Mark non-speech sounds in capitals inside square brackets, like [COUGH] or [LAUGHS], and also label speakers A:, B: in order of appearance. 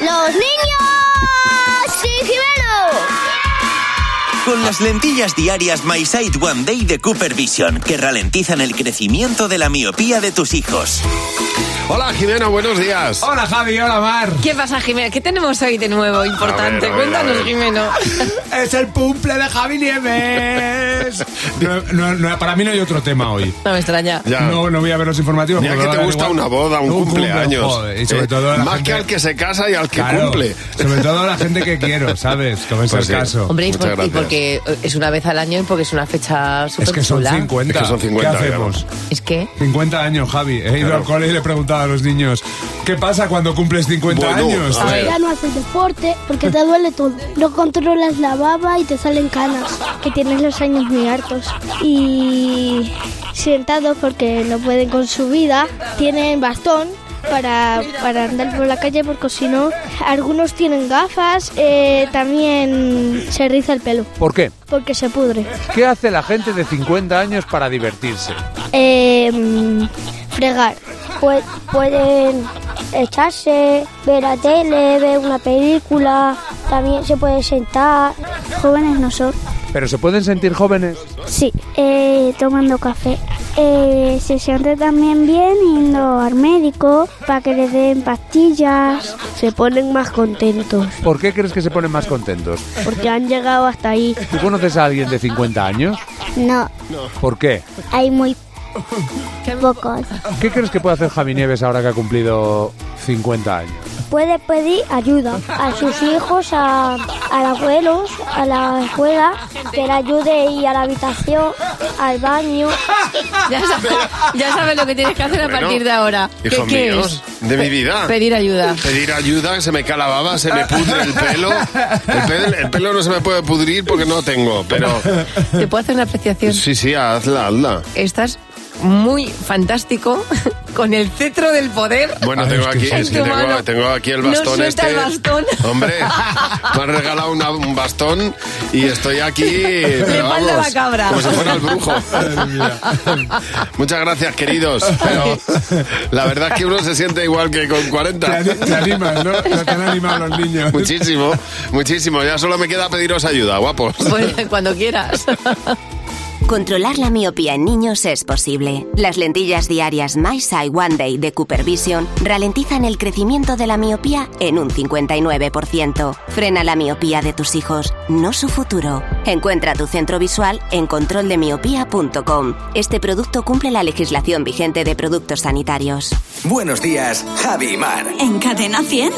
A: ¡Los niños!
B: Con las lentillas diarias My Sight One Day de Cooper Vision, que ralentizan el crecimiento de la miopía de tus hijos.
C: Hola Jimeno, buenos días.
D: Hola Javi, hola Mar.
E: ¿Qué pasa, Jimena? ¿Qué tenemos hoy de nuevo importante?
C: A ver, a ver, a
E: Cuéntanos,
C: ver.
E: Jimeno.
D: Es el cumple de Javi Nieves. [LAUGHS] No, no, no, para mí no hay otro tema hoy.
E: [LAUGHS] No me extraña.
C: Ya.
D: No, no voy a ver los informativos.
C: Mira
D: porque
C: que
D: me
C: te
D: van a
C: gusta
D: dar
C: una
D: igual.
C: boda, un, cumpleaños.
D: joder, y sobre
C: Eh,
D: todo la
C: más
D: gente-
C: que al que se casa y al que
D: Claro,
C: cumple.
D: Sobre
C: [LAUGHS]
D: todo a la gente que quiero, ¿sabes? Como es
C: Pues
D: el
C: sí.
D: caso.
E: Hombre, y,
C: Muchas
E: por- y
C: gracias.
E: porque es una vez al año y porque es una fecha súper
D: Es que son
E: chula.
D: 50.
C: Es que son 50,
D: ¿Qué hacemos?
E: Es [LAUGHS] que...
D: 50 años, Javi. He ido
C: Claro.
D: al cole y le he preguntado a los niños, ¿qué pasa cuando cumples 50
C: Bueno,
D: años?
C: a ver.
A: Ya no haces deporte porque te duele todo. No controlas la baba y te salen canas. Que tienes los años muy hartos. Y sentados porque no pueden con su vida. Tienen bastón. Para, para andar por la calle porque si no algunos tienen gafas eh, también se riza el pelo
F: ¿Por qué?
A: porque se pudre
F: ¿Qué hace la gente de 50 años para divertirse?
A: Eh, mm, fregar. pueden echarse, ver la tele, ver una película, también se puede sentar. Jóvenes no son.
F: ¿Pero se pueden sentir jóvenes?
A: Sí, Eh, tomando café. Eh, se siente también bien yendo al médico para que les den pastillas. Se ponen más contentos
F: ¿Por qué crees que se ponen más contentos?
A: porque han llegado hasta ahí.
F: ¿Tú conoces a alguien de 50 años?
A: No,
F: ¿Por qué?
A: hay muy pocos.
F: ¿Qué crees que puede hacer Javi Nieves ahora que ha cumplido 50 años?
A: puede pedir ayuda a sus hijos, a, a los abuelos, a la escuela, que le ayude y a la habitación, al baño.
E: Ya sabes ya sabes lo que tienes que hacer a
C: Bueno,
E: partir de ahora. ¿Qué,
C: hijos
E: qué
C: míos,
E: es?
C: de mi vida.
E: Pedir ayuda.
C: Pedir ayuda, se me cae la baba, se me pudre el pelo. El pel- el pelo, no se me puede pudrir porque no tengo, pero
E: ¿Te puedo hacer una apreciación?
C: sí, sí, hazla, hazla.
E: Estás muy fantástico [LAUGHS] con el cetro del poder.
C: Bueno,
D: Ay,
C: tengo
D: es que
C: aquí,
D: sí.
C: es que
E: En tu
C: tengo,
E: mano.
C: tengo aquí el
E: No
C: bastón este.
E: suelta el bastón.
C: [LAUGHS] Hombre, me han regalado una- un bastón y estoy aquí. pero
E: falta la
C: vamos,
E: cabra.
C: Como si fuera el brujo. Muchas gracias, queridos. Pero la verdad es que uno se siente igual que con
D: Te,
C: 40.
D: ani- te animas, ¿no? Te han animado los niños.
C: Muchísimo, muchísimo. Ya solo me queda pediros ayuda, guapos.
E: [LAUGHS] Pues cuando quieras.
G: Controlar la miopía en niños es posible. Las lentillas diarias My Sight One Day de Cooper Vision ralentizan el crecimiento de la miopía en un 59%. Frena la miopía de tus hijos, no su futuro. Encuentra tu centro visual en controldemiopía.com. Este producto cumple la legislación vigente de productos sanitarios.
B: Buenos días, Javi y Mar.
H: En Cadena 100.